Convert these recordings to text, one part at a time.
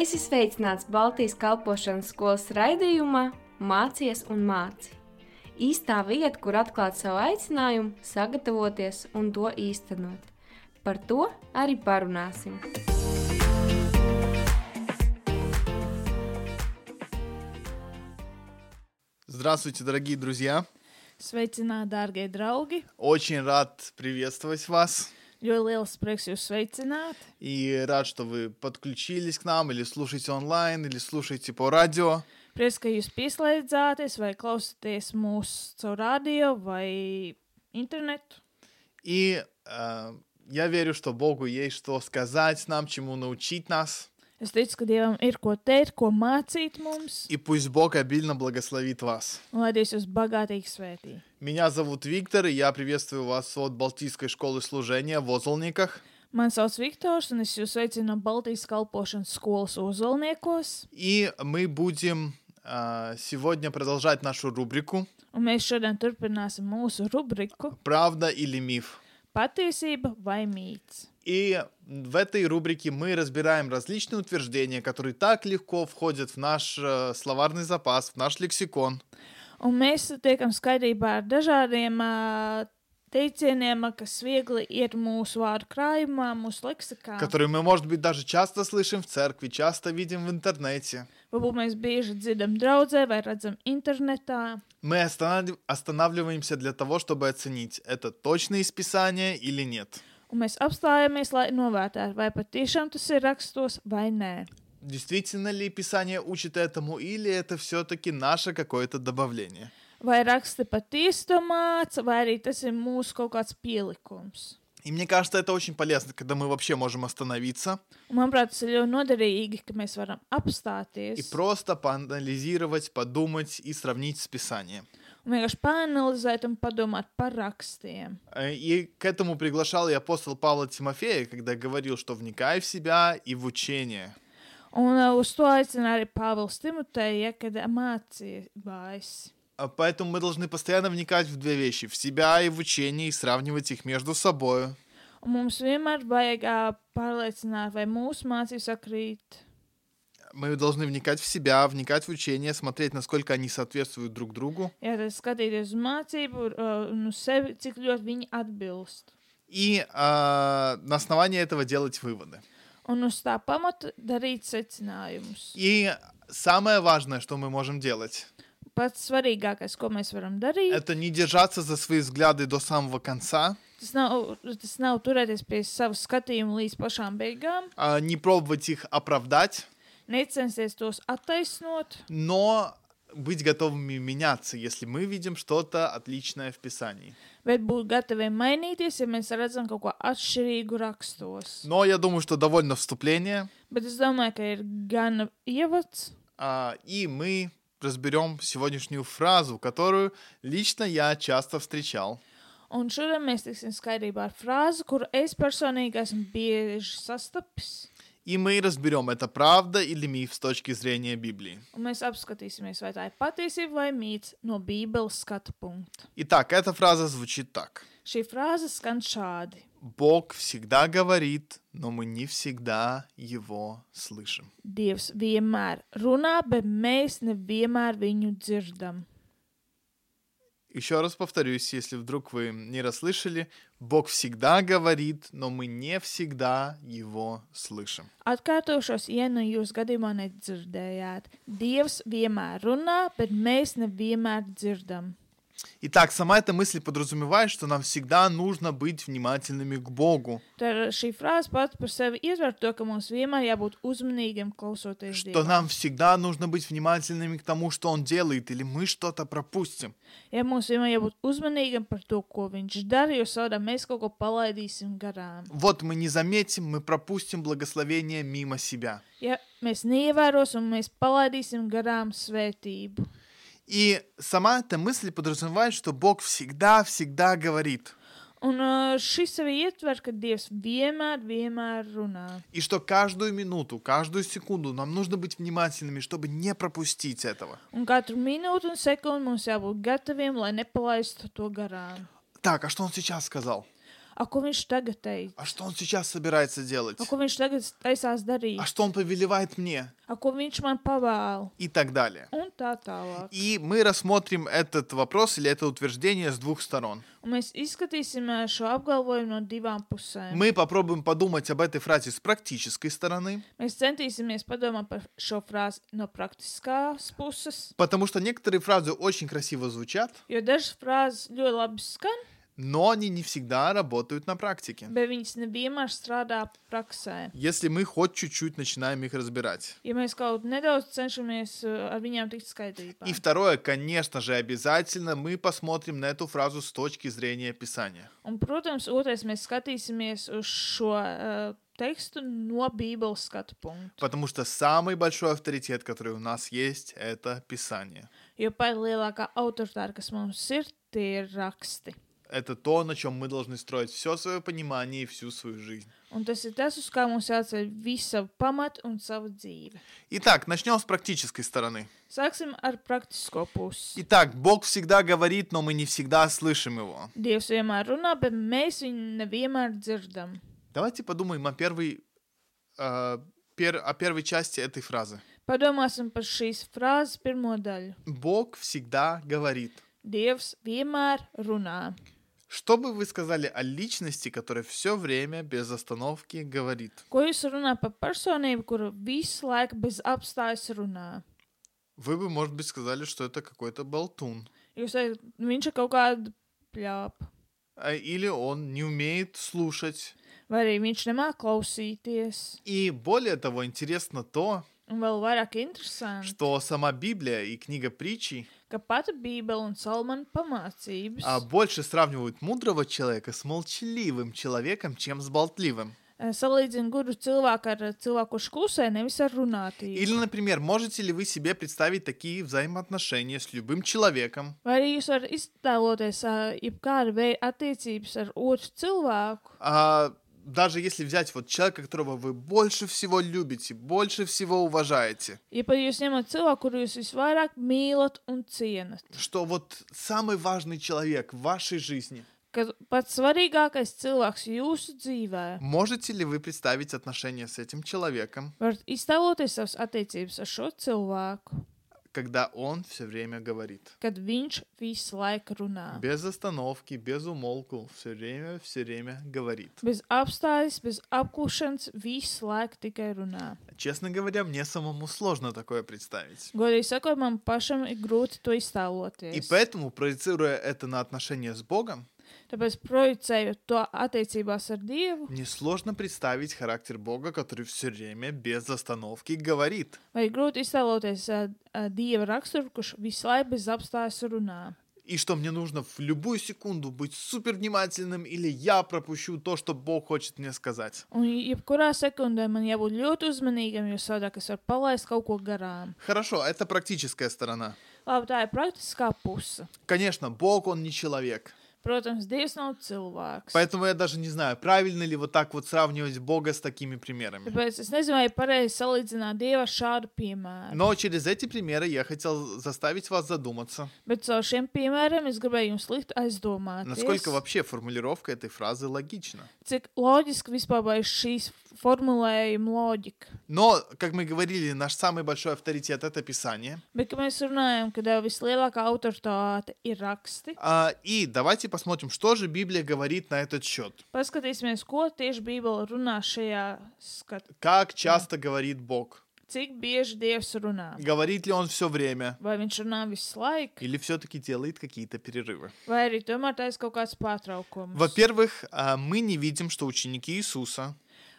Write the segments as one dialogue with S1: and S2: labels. S1: Es esmu sveicināts Baltijas kalpošanas skolas raidījumā Mācies un māci. Īstā vieta, kur atklāt savu aicinājumu, sagatavoties un to īstenot. Par to arī parunāsim.
S2: Здравствуйте, дорогие друзья!
S3: Sveicināti, dārgie draugi!
S2: Очень рад приветствовать вас
S3: Ļoti liels prieks jūs sveicināt.
S2: и рад, что вы подключились к нам или слушаете онлайн, или слушаете по радио.
S3: Prieks, ka jūs pieslēdzāties vai klausāties mūsu caur radio vai internetu.
S2: И э, я верю, что Богу есть что сказать нам, чему научить нас.
S3: Es ticu, ka Dievam ir ko teikt, ko mācīt mums,
S2: И пусть Бог обильно благословит вас.
S3: un lai Dievs jūs bagātīgi svētī.
S2: Меня зовут Виктор, и я приветствую вас от Балтийской школы служения в Озолниках.
S3: Mani sauc Viktors, un es jūs sveicu no Baltijas kalpošanas skolas uzolniekos,
S2: И мы будем э, сегодня продолжать нашу рубрику
S3: un mēs šodien turpināsim mūsu rubriku
S2: «Правда или миф?».
S3: Patiesība vai mīts?
S2: И в этой рубрике мы разбираем различные утверждения, которые так легко входят в наш э, словарный запас, в наш лексикон.
S3: Un mēs tiekam skaidrībā ar dažādiem ā, teicieniem, ā, kas viegli ir mūsu vārdu krājumā, mūsu leksikā. Katru...
S2: которые мы, может быть, даже часто слышим в церкви, часто видим в интернete.
S3: Varbūt mēs bieži dzirdam draudzē vai redzam internetā.
S2: Мы останов- останавливаемся для того, чтобы оценить, это точное из Писания или нет.
S3: Un mēs apstājamies, lai novērtētu, vai patiešām tas ir rakstos vai nē.
S2: Действительно ли Писание учит этому, или это все-таки наше какое-то добавление?
S3: Vai raksti patiesi to māca, vai arī tas ir mūsu kaut kāds pielikums.
S2: И мне кажется, это очень полезно, когда мы вообще можем остановиться
S3: Un manuprāt, tas ir ļoti noderīgi, ka mēs varam
S2: и
S3: apstāties
S2: просто поанализировать, подумать и сравнить с Писанием.
S3: un vienkārši panelizēt un padomāt par rakstiem.
S2: Э, И к этому приглашал и апостол Павла Тимофея, когда говорил, что вникай в себя и в учение.
S3: Un uh, uz to aicina arī Pāvils Timoteja, kad mācījās.
S2: А Поэтому мы должны постоянно вникать в две вещи, в себя и в учение, и сравнивать их между собой.
S3: Un mums vienmēr vajag uh, pārliecināt, vai mūsu mācības sakrīt.
S2: Мы должны вникать в себя, вникать в учение, смотреть, насколько они соответствуют друг другу.
S3: Jā, tad skatīties uz mācību uh, un uz sevi, cik ļoti viņi atbilst.
S2: И а, на основании этого делать выводы.
S3: Un uz tā pamata darīt secinājumus.
S2: И самое важное, что мы можем делать,
S3: Pats svarīgākais, ko mēs varam darīt,
S2: это не держаться за свои взгляды до самого конца,
S3: tas nav, tas nav turēties pie savas skatījuma līdz pašām beigām,
S2: а, не пробовать их оправдать,
S3: necensties tos attaisnot,
S2: но быть готовыми меняться, если мы видим что-то отличное в Писании.
S3: bet būt gataviem mainīties, ja mēs redzam kaut ko atšķirīgu rakstos.
S2: Но я думаю, что довольно вступление,
S3: Bet es domāju, ka ir gan ievads,
S2: а, и мы разберем сегодняшнюю фразу, которую лично я часто встречал.
S3: un šodien mēs tiksim skaidrībā ar frāzi, kuru es personīgi esmu bieži sastapis.
S2: И мы разберем, это правда или миф с точки зрения Библии.
S3: Un mēs apskatīsimies, vai tā ir patiesība vai mīts no Bībeles skatu punkta.
S2: Итак, эта фраза звучит так.
S3: Šī frāze skan šādi:
S2: Бог всегда говорит, но мы не всегда его слышим.
S3: Dievs vienmēr runā, bet mēs nevienmēr viņu dzirdam.
S2: Еще раз повторюсь, если вдруг вы не расслышали, Бог всегда говорит, но мы не всегда его слышим.
S3: Atkārtošos, ja nu jūs gadījumā nedzirdējāt, Dievs vienmēr runā, bet mēs nevienmēr dzirdam.
S2: Итак, сама эта мысль подразумевает, что нам всегда нужно быть внимательными к Богу,
S3: Tad šī frāze pati par sevi ietver to, ka mums vienmēr jābūt uzmanīgiem klausoties
S2: что
S3: Dievam.
S2: нам всегда нужно быть внимательными к тому, что Он делает, или мы что-то пропустим.
S3: Ja mums vienmēr jābūt uzmanīgiem par to, ko viņš dara, jo savādi mēs kaut ko palaidīsim garām.
S2: Вот мы не заметим, мы пропустим благословение мимо себя.
S3: Ja mēs neievērosim, mēs palaidīsim garām svētību.
S2: И сама эта мысль подразумевает, что Бог всегда-всегда говорит.
S3: Un ā, šis sevi ietver, ka Dievs vienmēr, vienmēr runā.
S2: И что каждую минуту, каждую секунду нам нужно быть внимательными, чтобы не пропустить этого.
S3: Un katru minūti un sekundi mums jābūt gataviem, lai nepalaistu to garām.
S2: Так, а что он сейчас сказал?
S3: A ko viņš tagad teica?
S2: А что он сейчас собирается делать?
S3: A, ko viņš tagad taisās darīt?
S2: А что он повелевает мне?
S3: A, ko viņš man pavēla?
S2: И так далее.
S3: Un tā tālāk.
S2: И мы рассмотрим этот вопрос или это утверждение с двух сторон.
S3: Un mēs izskatīsim ā, šo apgalvojumu no divām pusēm.
S2: Мы попробуем подумать об этой фразе с практической стороны,
S3: Mēs centīsimies padomāt par šo frāzi no praktiskās puses,
S2: потому что некоторые фразы очень красиво звучат,
S3: jo dažas frāzes ļoti labi skan,
S2: но они не всегда работают на практике.
S3: bet viņas nevienmēr strādā praksē.
S2: Если мы хоть чуть-чуть начинаем их разбирать.
S3: Ja mēs kaut nedaudz cenšamies ā, ar viņām tikt skaidrībā.
S2: И второе, конечно же, обязательно мы посмотрим на эту фразу с точки зрения Писания.
S3: Un, protams, otrais mēs skatīsimies uz šo uh, tekstu no Bībeles skatu punkta.
S2: Потому что самый большой авторитет, который у нас есть, это Писание.
S3: Jo pati lielākā autoritāte, kas mums ir, tie ir raksti.
S2: Это то, на чем мы должны строить все свое понимание и всю свою жизнь.
S3: Un tas ir tas, uz kā mums jāceļ visu savu pamatu un savu dzīvi.
S2: Итак, начнем с практической стороны.
S3: Sāksim ar praktisko pusi.
S2: Итак, Бог всегда говорит, но мы не всегда слышим Его.
S3: Dievs vienmēr runā, bet mēs viņu nevienmēr dzirdam.
S2: Давайте подумаем о первой, э, пер- о первой части этой фразы.
S3: Padomāsim par šīs frāzes pirmo daļu.
S2: Бог всегда говорит.
S3: Dievs vienmēr runā.
S2: Что бы вы сказали о личности, которая все время без остановки говорит?
S3: Ko jūs runājat par personību, kuru visu laiku bez apstājas runā?
S2: Вы бы, может быть, сказали, что это какой-то болтун.
S3: Jūs teicat, viņš ir kaut kāda plāpa,
S2: А Или он не умеет slушать.
S3: vai arī viņš nemāķi klausīties.
S2: И более того, интересно то,
S3: Un vēl vairāk interesanti,
S2: что сама Библия и книга притчей
S3: ka pati Bībele un Salmāna pamācības
S2: а, больше сравнивают мудрого человека с молчаливым человеком, чем с болтливым.
S3: eh, salīdzina gudru cilvēku ar eh, cilvēku, kurš klusē, nevis ar runātību.
S2: Или, например, можете ли вы себе представить такие взаимоотношения с любым человеком,
S3: Vai arī jūs varat iztēloties eh, jebkāda veida attiecības ar otru cilvēku?
S2: А, даже если взять вот человека, которого вы больше всего любите, больше всего уважаете,
S3: Ja pat jūs ņemat cilvēku, kuru jūs visvairāk mīlat un cienat,
S2: что вот самый важный человек в вашей жизни,
S3: kad pats svarīgākais cilvēks jūsu dzīvē
S2: можете ли вы представить отношения с этим человеком,
S3: varat iztēloties savas attiecības ar šo cilvēku.
S2: когда он все время говорит?
S3: kad viņš visu laiku runā.
S2: Без остановки, без умолку, все время, все время говорит.
S3: Bez apstājas, bez apkūšanas, visu laiku tikai runā.
S2: Честно говоря, мне самому сложно такое представить.
S3: Godīgi sakot, man pašam ir grūti to
S2: И
S3: iztēloties.
S2: поэтому, проецируя это на отношения с Богом,
S3: Tāpēc, projicējot to attiecībās ar Dievu,
S2: Мне сложно представить характер Бога, который все время без остановки говорит.
S3: vai ir grūti iztēloties ā, ā, Dieva raksturu, kurš visu laiku bez apstājas runā.
S2: И что мне нужно в любую секунду быть супер внимательным, или я пропущу то, что Бог хочет мне сказать.
S3: Un jebkurā sekundē man jābūt ļoti uzmanīgam, jo savādāk es varu palaist kaut ko garām.
S2: Хорошо, это практическая сторона.
S3: Labi, tā ir praktiskā puse.
S2: Конечно, Бог, он не человек.
S3: Protams, Dievs nav cilvēks.
S2: Поэтому я даже не знаю, правильно ли вот так вот сравнивать Бога с такими примерами.
S3: Tāpēc es nezinu, vai ir pareizi salīdzināt Dievu ar šādu piemēru.
S2: Но через эти примеры я хотел заставить вас задуматься,
S3: Bet caur šiem piemēriem es gribēju jums likt aizdomāties,
S2: насколько вообще формулировка этой фразы логична.
S3: cik loģiski vispār bija šīs formulējuma loģika.
S2: Но, как мы говорили, наш самый большой авторитет это Писание.
S3: Bet, kad mēs runājam, ka tev vislielākā autoritāte ir raksti,
S2: А, и давайте посмотрим, что же Библия говорит на этот счет.
S3: paskatīsimies, ko tieši Bībele runā šajā skatā.
S2: Как часто говорит Бог?
S3: Cik bieži Dievs runā?
S2: Говорит ли Он все время?
S3: Vai viņš runā visu laiku,
S2: Или все-таки делает какие-то перерывы?
S3: vai arī tomēr tā ir kaut kāds pārtraukums?
S2: Во-первых, а, мы не видим, что ученики Иисуса,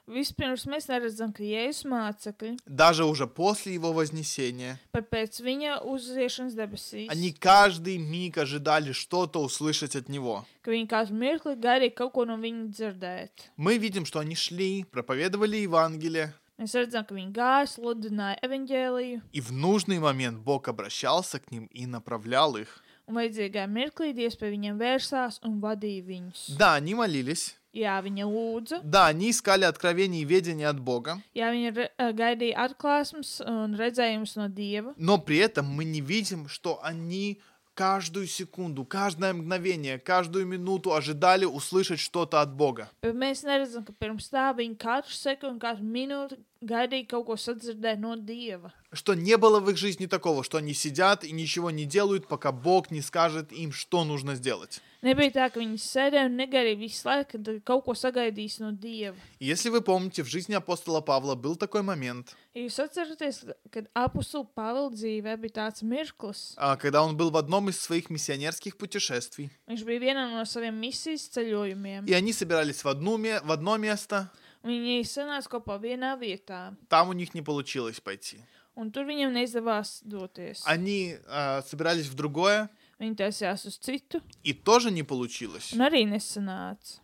S3: Vispirms mēs neredzam, ka Jēzus mācekļi
S2: даже уже после Его вознесения,
S3: pat pēc viņa uziešanas debesīs,
S2: они каждый миг ожидали что-то услышать от Него.
S3: ka viņi kādu mirkli gaidīja kaut ko no viņa dzirdēt.
S2: Мы видим, что они шли, проповедовали Евангелие,
S3: Mēs redzam, ka viņi gāja, sludināja evanģēliju,
S2: и в нужный момент Бог обращался к ним и направлял их.
S3: un vajadzīgā mirklī Dievs pie viņiem vērsās un vadīja viņus.
S2: Да, они молились,
S3: Jā, viņa lūdza,
S2: да, они искали откровений и ведения от Бога,
S3: jā, viņa re, ā, gaidīja atklāsmes un redzējumus no Dieva,
S2: но при этом мы не видим, что они каждую секунду, каждое мгновение, каждую минуту ожидали услышать что-то от Бога.
S3: Bet mēs neredzam, ka pirms tā viņi katru sekundi, katru minūti gaidīja kaut ko sadzirdēt no dieva.
S2: Что не было в их жизни такого, что они сидят и ничего не делают, пока Бог не скажет им, что нужно сделать.
S3: Nebija tā, ka viņi sēdēja un negaidīja visu laiku, kad kaut ko sagaidīs no dieva.
S2: И Если вы помните, в жизни апостола Павла был такой момент,
S3: Ja jūs atceraties, kad apustula Pāvila dzīvē bija tāds mirklis,
S2: а, когда он был в одном из своих миссионерских путешествий,
S3: viņš bija vienā no saviem misijas ceļojumiem.
S2: и они собирались в, одну, ме- в одно место,
S3: Viņi sanāca kopā vienā vietā,
S2: там у них не получилось пойти.
S3: un tur viņam neizdevās doties.
S2: Они а, собирались в другое,
S3: Viņi taisījās uz citu,
S2: и тоже не получилось.
S3: un arī nesanāca.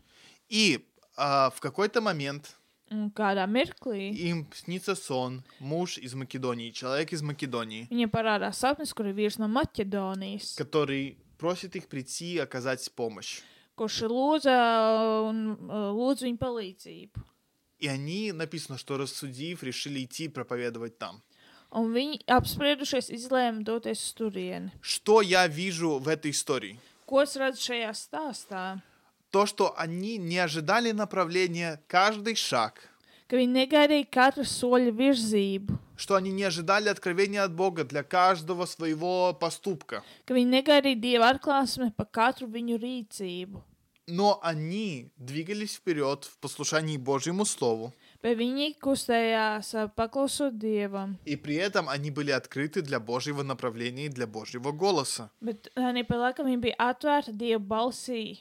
S2: И а, в какой-то момент
S3: Un kādā mirklī
S2: им снится сон, муж из Македонии, человек из Македонии,
S3: viņam parādās sapnis, kur ir vīrs no Maķedonijas,
S2: который просит их прийти и оказать помощь.
S3: kurš lūdza, un, uh, lūdza viņu palīdzību.
S2: И они, написано, что рассудив, решили идти проповедовать там.
S3: Un viņi apspriedušies, izlēma doties uz turieni.
S2: Что я вижу в этой истории?
S3: Ko es redzu šajā stāstā?
S2: То, что они не ожидали направления каждый шаг,
S3: Ka viņi negaidīja katru soļu virzību,
S2: что они не ожидали откровения от Бога для каждого своего поступка.
S3: ka viņi negaidīja dieva atklāsmi par katru viņu rīcību.
S2: Но они двигались вперед в послушании Божьему Слову,
S3: Bet viņi kustējās ā, paklausot dievam.
S2: и при этом они были открыты для Божьего направления и для Божьего голоса.
S3: Bet arī par laikam viņi bija atvērti dieva balsī.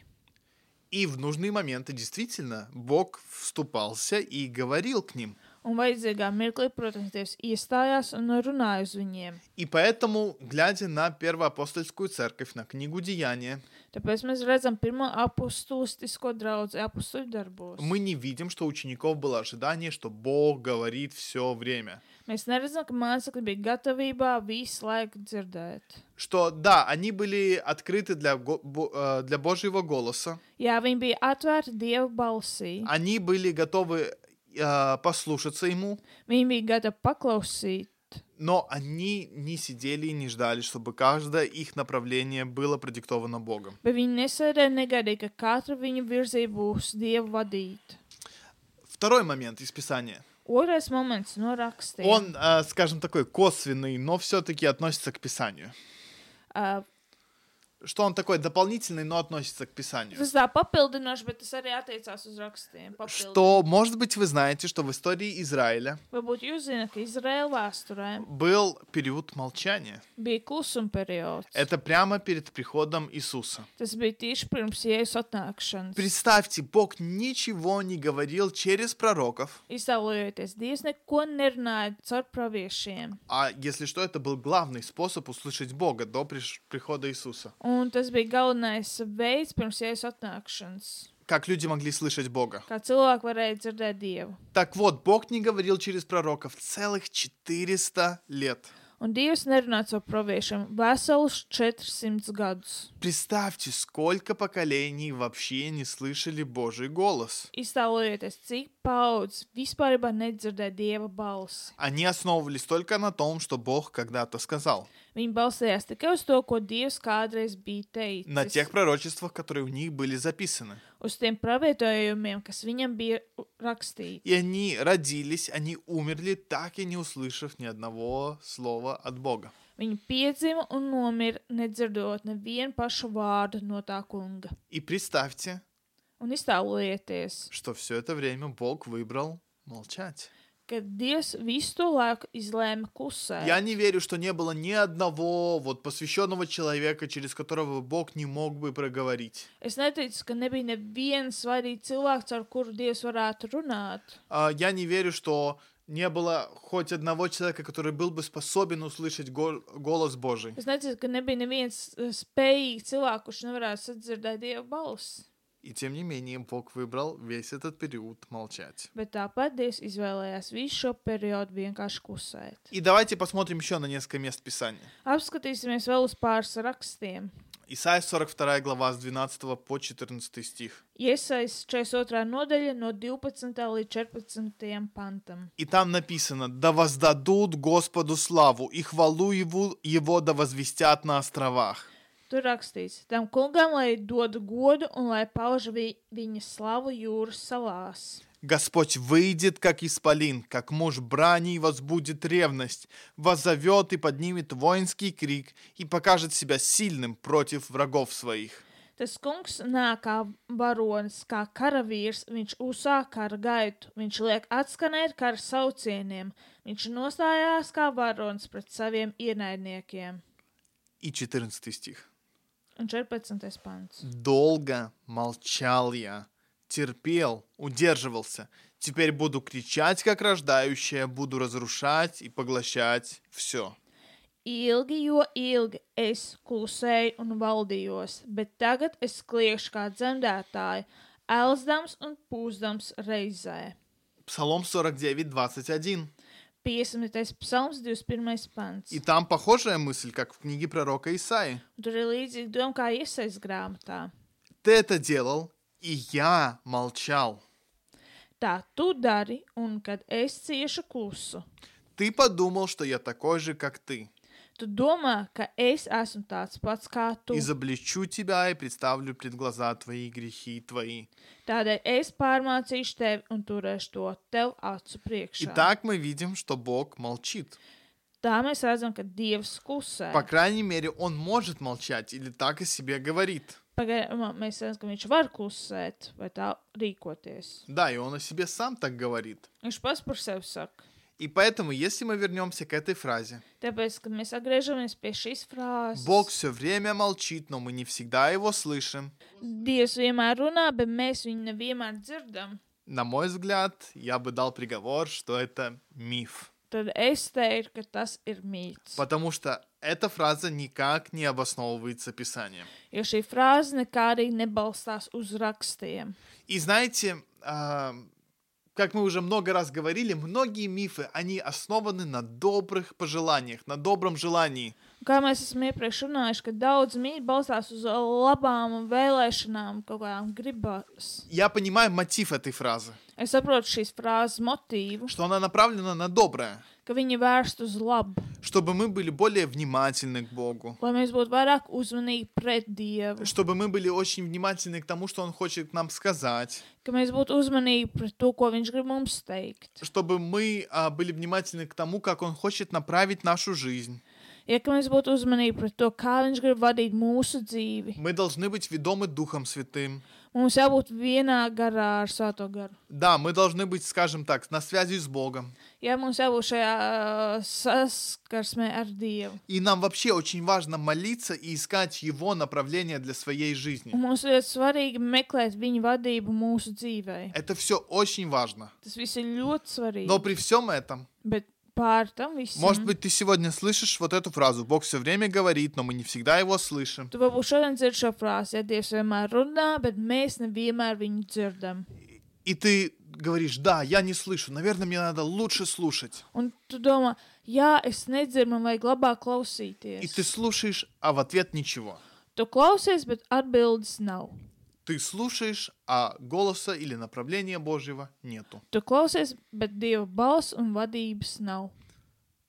S2: И в нужные моменты действительно Бог вступался и говорил к ним.
S3: Un vajadzīgā mirklī, protams, Dievs iestājās un runāja uz viņiem.
S2: И поэтому, глядя на первоапостольскую церковь, на книгу Деяния,
S3: Tāpēc mēs redzam pirmo apustulistisko draugu apustuļu darbos.
S2: мы не видим, что у учеников было ожидание, что Бог говорит все время.
S3: Mēs neredzam, ka mācekļi bija gatavībā visu laiku dzirdēt.
S2: Что да, они были открыты для, го- бо- э, для Божьего голоса,
S3: Jā, viņi bija atvērti Dieva balsī.
S2: они были готовы э, послушаться Ему,
S3: Viņi bija gatavi paklausīt,
S2: но они не сидели и не ждали, чтобы каждое их направление было продиktовано Богом.
S3: bet viņi nesēdēja negaidīja, ka katra viņu virzība būs Dieva vadīta.
S2: Второй момент из Писания.
S3: Otrais moments no rakstiem.
S2: Он, э, скажем, такой косвенный, но все-таки относится к Писанию.
S3: Uh,
S2: Что он такой дополнительный, но относится к Писанию.
S3: tas tā papildinoši, bet tas arī attiecās uz rakstiem. Papildi-
S2: Что, может быть, вы знаете, что в истории Израиля
S3: Varbūt jūs zināt, ka Izraēla vēsturē
S2: был период молчания.
S3: bija klusuma periods. Et...
S2: Это прямо перед приходом Иисуsa.
S3: Tas bija tieši pirms jēzus atnākšanas. Pris...
S2: Представьте, Бог ничего не говорил через пророков,
S3: Iztēlojieties, Dievs neko nerunāja caur praviešiem.
S2: а если что, это был главный способ услышать Бога до приш- прихода Иисуса.
S3: Un tas bija galvenais veids pirms jēzus atnākšanas,
S2: Как люди могли слышать Бога.
S3: kā cilvēki varēja dzirdēt Dievu.
S2: Так вот, Бог не говорил через пророков целых 400 лет.
S3: Un Dievs nerunāja caur praviešiem veselus 400 gadus.
S2: Представьте, сколько поколений вообще не слышали Божий голос.
S3: Iztēlojieties, cik paudzes vispār nedzirdēja Dieva balsi.
S2: Они основывались только на том, что Бог когда-то сказал.
S3: Viņi balstījās tikai uz to, ko Dievs kādreiz bija teicis.
S2: На тех пророчествах, которые у них были записаны.
S3: uz tiem pravietojumiem, kas viņam bija u- rakstīti.
S2: И они родились, они умерли, так и не услышав ни одного слова от Бога.
S3: Viņa piedzima un nomira, nedzirdot nevienu pašu vārdu no tā kunga.
S2: И представьте,
S3: Un iztēlojieties,
S2: что все это время Бог выбрал молчать.
S3: ka Dievs visu to laiku izlēma klusēt.
S2: Я не верю, что не было ни одного вот посвященного человека, через которого Бог не мог бы проговорить.
S3: Es neticu, ka nebija neviens vai arī cilvēks, ar kuru Dievs varētu runāt.
S2: А, Я не верю, что не было хоть одного человека, который был бы способен услышать го- голос Божий.
S3: Es neticu, ka nebija neviens eh, spējīgs cilvēks, kurš nevarētu sadzirdēt Dieva balsi.
S2: И тем не менее, Бог выбрал весь этот период молчать.
S3: Bet tāpat Dievs izvēlējās visu šo periodu vienkārši klusēt.
S2: И давайте посмотрим еще на несколько мест Писания.
S3: Apskatīsimies vēl uz pāris rakstiem.
S2: Исайя 42 глава с 12 по 14 стих.
S3: Iesaistīts 42. nodaļa, no 12. līdz 14. pantam.
S2: И там написано, да воздадут Господу славу, и хвалу его, его да возвестят на островах.
S3: Tur rakstīts, tam kungam, lai dodu godu un lai pauž vi viņa slavu jūras salās.
S2: Господь выйдет, как исполин, как муж брани, и возбудит ревность, воззовет и поднимет воинский крик, и покажет себя сильным против врагов своих.
S3: Tas kungs nāk kā varonis, kā karavīrs, viņš uzsāk kara gaitu, viņš liek atskanēt kara saucieniem, viņš nostājās kā varonis pret saviem ienaidniekiem.
S2: И 14 стих.
S3: Un 14. pants.
S2: Долго молчал я, терпел, удерживался. Теперь буду кричать, как рождающая, буду разрушать и поглощать все.
S3: Ilgi, jo ilgi es klusēju un valdījos, bet tagad es kliekšu kā dzemdētāja, elzdams un pūzdams reizē.
S2: Псалом 49, 21.
S3: 50. psalms, 21. pants.
S2: И там похожая мысль, как в книге пророка Исаи.
S3: Tur ir līdzīga doma kā iesaistīta grāmatā.
S2: Ты это делал, и я молчал.
S3: Tā tu dari, un kad es ciešu klusu,
S2: Ты подумал, что я такой же, как ты.
S3: tu domā, ka es esmu tāds pats kā tu.
S2: Изобличу тебя и представлю пред глаза твои грехи твои.
S3: Tādēļ es pārmācīšu tevi un turēšu to tev acu
S2: И
S3: priekšā.
S2: так мы видим, что Бог молчит.
S3: Tā mēs redzam, ka Dievs klusē.
S2: По крайней мере, Он может молчать или так о себе говорит.
S3: Pagaidām mēs redzam, ka viņš var klusēt vai tā rīkoties.
S2: Да, и Он о себе сам так говорит.
S3: Viņš pats par sevi saka.
S2: И поэтому, если мы вернемся к этой фразе,
S3: Tāpēc, kad mēs atgriežamies pie šīs frāzes,
S2: Бог все время молчит, но мы не всегda его слышим.
S3: Dievs vienmēr runā, bet mēs viņu nevienmēr dzirdam.
S2: На мой взгляд, я бы дал приговор, что это миф.
S3: Tad es teiktu, ka tas ir mīts.
S2: Потому что эта фраза никак не обосновывается Писанием.
S3: Jo šī frāze nekā arī nebalstās uz rakstiem.
S2: И знаете, а, как мы уже много раз говорили, многие мифы, они основаны на добрых пожеланиях, на добром желании.
S3: Kā mēs esam iepriekš runājuši, ka daudz mītu balstās uz labām vēlēšanām, kaut kādām gribās.
S2: Я понимаю мотив этой фразы,
S3: Es saprotu šīs frāzes motīvu,
S2: что она направлена на доброе,
S3: ka viņi vērst uz labu,
S2: чтобы мы были более внимательны к Богу,
S3: lai mēs būtu vairāk uzmanīgi pret Dievu,
S2: чтобы мы были очень внимательны к тому, что Он хочет нам сказать,
S3: ka mēs būtu uzmanīgi pret to, ko Viņš grib mums teikt.
S2: чтобы мы а, были внимательны к тому, как Он хочет направить нашу жизнь.
S3: Ja ka mēs būtu uzmanīgi pret to, kā Viņš grib vadīt mūsu dzīvi,
S2: Мы должны быть ведомы Духом Святым.
S3: mums jābūt vienā garā ar Svēto garu.
S2: Да, мы должны быть, скажем так, на связи с Богом.
S3: Ja mums jābūt šajā ā, saskarsmē ar Dievu.
S2: И нам вообще очень важно молиться и искать Его направление для своей
S3: Un
S2: жизни.
S3: mums ļoti svarīgi meklēt viņa vadību mūsu dzīvē.
S2: Это все очень важно.
S3: Tas viss ir ļoti svarīgi.
S2: Но при всем этом,
S3: Bet pār tam visam,
S2: может быть, ты сегодня слышишь вот эту фразу «Бог все время говорит, но мы не всегда его слышим».
S3: tu varbūt šodien dzirdi šo frāzi, ja Dievs vienmēr runā, bet mēs nevienmēr viņu dzirdam.
S2: И ты говоришь «Да, я не слышу, наверное, мне надо лучше слушать».
S3: Un tu domā, jā, es nedzirdu, man vajag labāk klausīties.
S2: И ты слушаешь, а в ответ ничего.
S3: Tu klausies, bet atbildes nav.
S2: Ты слушаешь, а голоса или направления Божьего нету.
S3: Tu klausies, bet Dieva balss un vadības nav.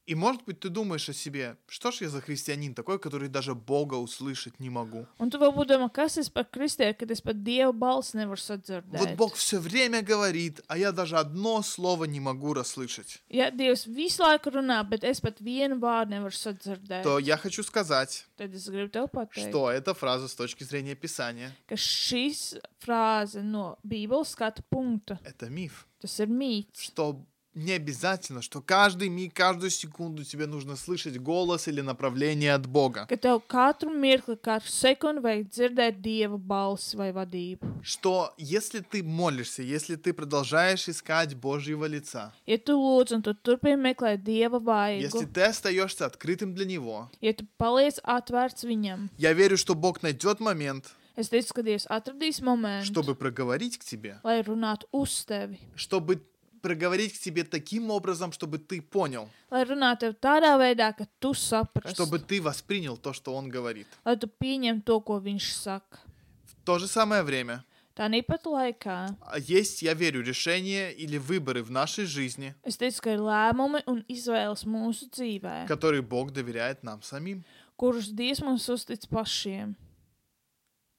S2: И может быть ты думаешь о себе, что ж я за христианин такой, который даже Бога услышать не могу.
S3: Un tu varbūt domā, kas es par kristieti, kad es pat Dieva balss nevaru
S2: Вот
S3: sadzirdēt.
S2: Бог все время говорит, а я даже одно слово не могу расслышать.
S3: Ja Dievs visu laiku runā, bet es pat vienu vārdu nevaru sadzirdēt,
S2: То я хочу сказать,
S3: tad es gribu tev pateikt,
S2: что эта фраза с точки зрения Писания
S3: ka šīs frāze no Bībeles skatu punkta,
S2: — это миф.
S3: tas ir mīts.
S2: Что не обязательно, что каждый миг, каждую секунду тебе нужно слышать голос или направление от Бога.
S3: Ka tev katru mirkli, katru sekundi vajag dzirdēt dieva balsi vai vadību.
S2: Что если ты молишься, если ты продолжаешь искать Божьего лица,
S3: Ja tu lūdz un tu turpini meklēt dieva vaigu,
S2: если ты остаешься открытым для Него,
S3: ja tu paliec atvērts viņam,
S2: я верю, что Бог найдет момент,
S3: es ticu, ka Dievs atradīs momentu,
S2: чтобы проговорить к тебе,
S3: lai runātu uz tevi,
S2: чтобы проговорить к тебе таким образом, чтобы ты понял,
S3: lai runātu tev tādā veidā, ka tu saprastu,
S2: чтобы ты vоспринял то, что он говорит.
S3: lai tu pieņem to, ko viņš saka.
S2: В то же самое время
S3: Tā nīpat laikā
S2: а, есть, я верю, решения или выборы в нашей жизни,
S3: es teicu, ka ir lēmumi un izvēles mūsu dzīvē,
S2: которые Бог доверяет нам самим.
S3: kurus Dievs mums uztic pašiem.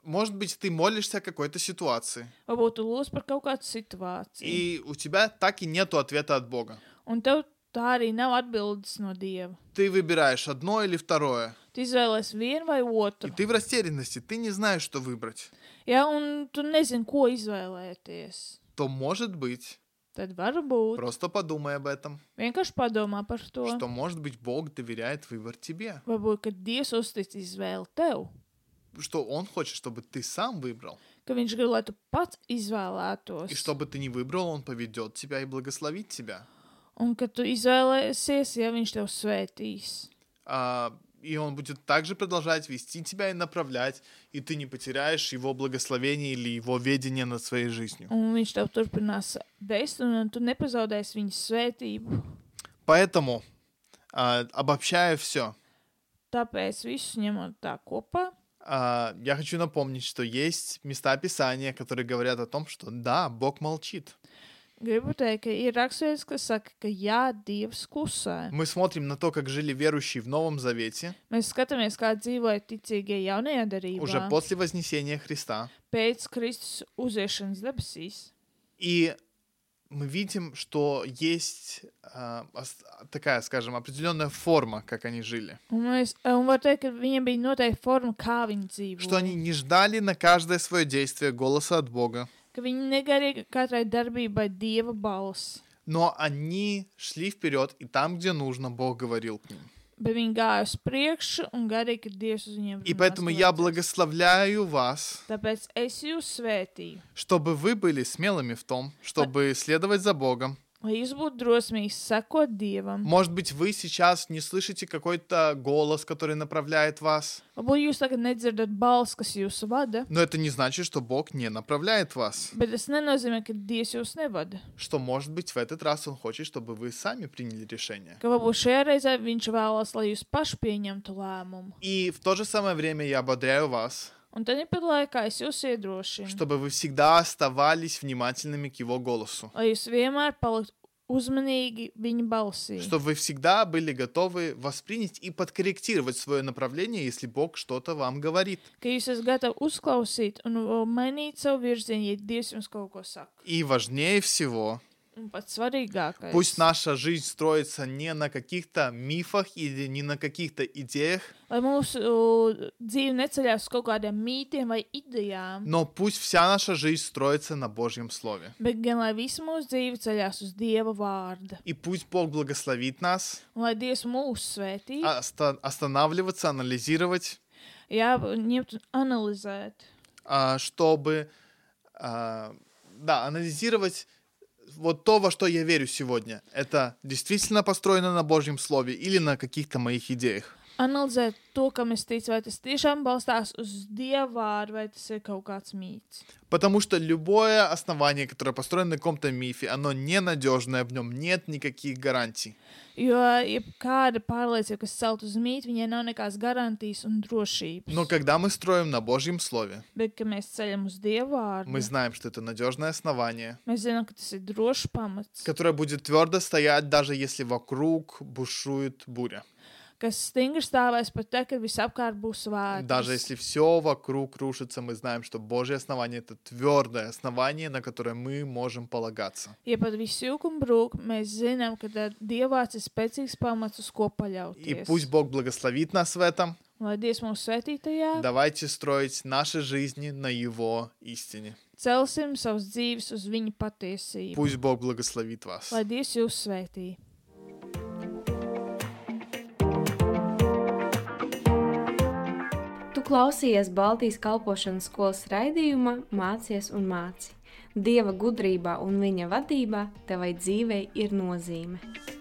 S2: Может быть, ты молишься о какой-то ситуации,
S3: Varbūt tu lūdz par kaut kādu situāciju,
S2: и у тебя так и нету ответа от Бога.
S3: un tev tā arī nav atbildes no Dieva.
S2: Ты vыбираешь одно или второе,
S3: Tu izvēlēsies vienu vai
S2: и
S3: otru,
S2: ты в растерянности, ты не знаешь, что выбрать.
S3: ja un tu nezini, ko izvēlēties.
S2: То, может быть,
S3: Tad varbūt
S2: просто подумай об этом,
S3: vienkārši padomā par to.
S2: что, может быть, Бог доверяет выбор тебе,
S3: Varbūt, ka Dievs uztic izvēli tev,
S2: что Он хочет, чтобы ты сам выбрал,
S3: ka Viņš grib, lai tu pats
S2: и
S3: izvēlētos.
S2: чтобы ты не выбрал, Он поведет тебя и благословит тебя.
S3: Un ka tu izvēlēsies, ja Viņš tev svētīs.
S2: А, и Он будет также продолжать вести тебя и направлять, и ты не потеряешь Его благословение или Его ведение над своей жизнью.
S3: Un Viņš tev turpinās vest, un tu nepazaudēsi Viņa svētību.
S2: Поэтому, а, обобщая все,
S3: Tāpēc visu ņemot tā kopā,
S2: А, Я хочу напомнить, что есть места Писания, которые говорят о том, что да, Бог молчит.
S3: gribu teikt, ka ir raksturīgs, kas saka, ka jā, Dievs klusē.
S2: Мы смотрим на то, как жили верующие в Новом Завете
S3: Mēs skatāmies, kā dzīvoja ticīgie jaunajā
S2: уже
S3: darbā,
S2: после Вознесения Христа.
S3: pēc Kristus uziešanas debesīs.
S2: И мы видим, что есть а, ос- такая, скажем, определенная форма, как они жили.
S3: Un, mēs, un var teikt, ka viņiem bija noteikti forma, kā viņi
S2: Что они
S3: dzīvoja.
S2: не ждали на каждое свое действие голоса от Бога,
S3: Ka viņi negarīja katrai darbībai dieva balss,
S2: но они шли вперед, и там, где нужно, Bог говорил к ним.
S3: bet viņi gāja uz priekšu un garīgi, ka dievs uz viņiem
S2: И
S3: runās
S2: поэтому я
S3: palīdzēs.
S2: благословляю вас
S3: Tāpēc es jūs svētīju,
S2: чтобы вы были смелыми в том, чтобы следовать за Богом.
S3: lai jūs būtu drosmīgi sekot dievam.
S2: Может быть, вы сейчас не слышите какой-то голос, который направляет вас,
S3: Varbūt jūs tagad nedzirdat balss, kas jūs vada,
S2: но это не значит, что Бог не направляет вас.
S3: bet tas nenozīmē, ka dievs jūs nevada.
S2: Что, может быть, в этот раз Он хочет, чтобы вы сами приняли решение.
S3: Ka varbūt šajā reizē viņš vēlas, lai jūs paši pieņemtu lēmumu.
S2: И в то же самое время я ободряю вас,
S3: Un tad ir pat laikā es jūs iedrošinu,
S2: чтобы вы всегда оставались внимательными к Его голосу.
S3: lai jūs vienmēr paliktu uzmanīgi viņa balsī.
S2: Чтобы вы всегда были готовы воспринять и подкорректировать свое направление, если Бог что-то вам говорит.
S3: ka jūs esat gatavi uzklausīt un vēl mainīt savu virzienu, ja Dievs jums kaut ko saka.
S2: И важнее всего,
S3: Un pats svarīgākais,
S2: Пусть наша жизнь строится не на каких-то мифах или не на каких-то идеях,
S3: lai mūsu uh, dzīve neceļās uz kaut kādiem mītiem vai idejām,
S2: но пусть вся наша жизнь строится на Божьем Слове.
S3: bet gan lai visa mūsu dzīve ceļās uz Dieva vārda.
S2: И пусть Бог благословит нас
S3: Un lai Dievs mūs svētī,
S2: оста- останавливаться, анализировать,
S3: jāņemt un analizēt.
S2: а, чтобы... а, Да, анализировать вот то, во что я верю сегодня. Это действительно построено на Божьем Слове или на каких-то моих идеях.
S3: Analizēt to, kam es ticu, vai tas tiešām balstās uz Dieva vārdu, vai tas ir kaut kāds mīts.
S2: Потому что любое основание, которое построено на каком-то мифе, оно ненадежное, в нем нет никаких гарантий.
S3: Jo jebkāda pārliecība, kas celt uz mītu, viņai nav nekādas garantijas un drošības.
S2: Но когда мы строим на Божьем Слове,
S3: Bet, kad mēs ceļam uz dievu vārdu,
S2: мы
S3: mēs,
S2: знаем, что это надежное основание,
S3: mēs zinām, ka tas ir drošs pamats, ka...
S2: которое будет твердо стоять, даже если вокруг бушует буря.
S3: kas stingri stāvēs pat tad, kad visapkārt būs
S2: Даже
S3: vārds.
S2: если все вокруг рушится, мы знаем, что Божье основание — это твердое основание, на которое мы можем полагаться.
S3: Ja pat viss jūkuma brūk, mēs zinām, ka tad dievāts ir spēcīgs pamats, uz ko
S2: И
S3: paļauties.
S2: пусть Бог благословит нас в этом.
S3: Un Lai Dievs mūsu svētītajā, da...
S2: Давайте строить наши жизни на Его истине.
S3: celsim savus dzīves uz viņa patiesību.
S2: Пусть Бог благословит вас.
S3: Lai Dievs jūs svētī.
S1: Tu klausies Baltijas kalpošanas skolas raidījumā, mācies un māci. Dieva gudrībā un viņa vadībā tevai dzīvei ir nozīme.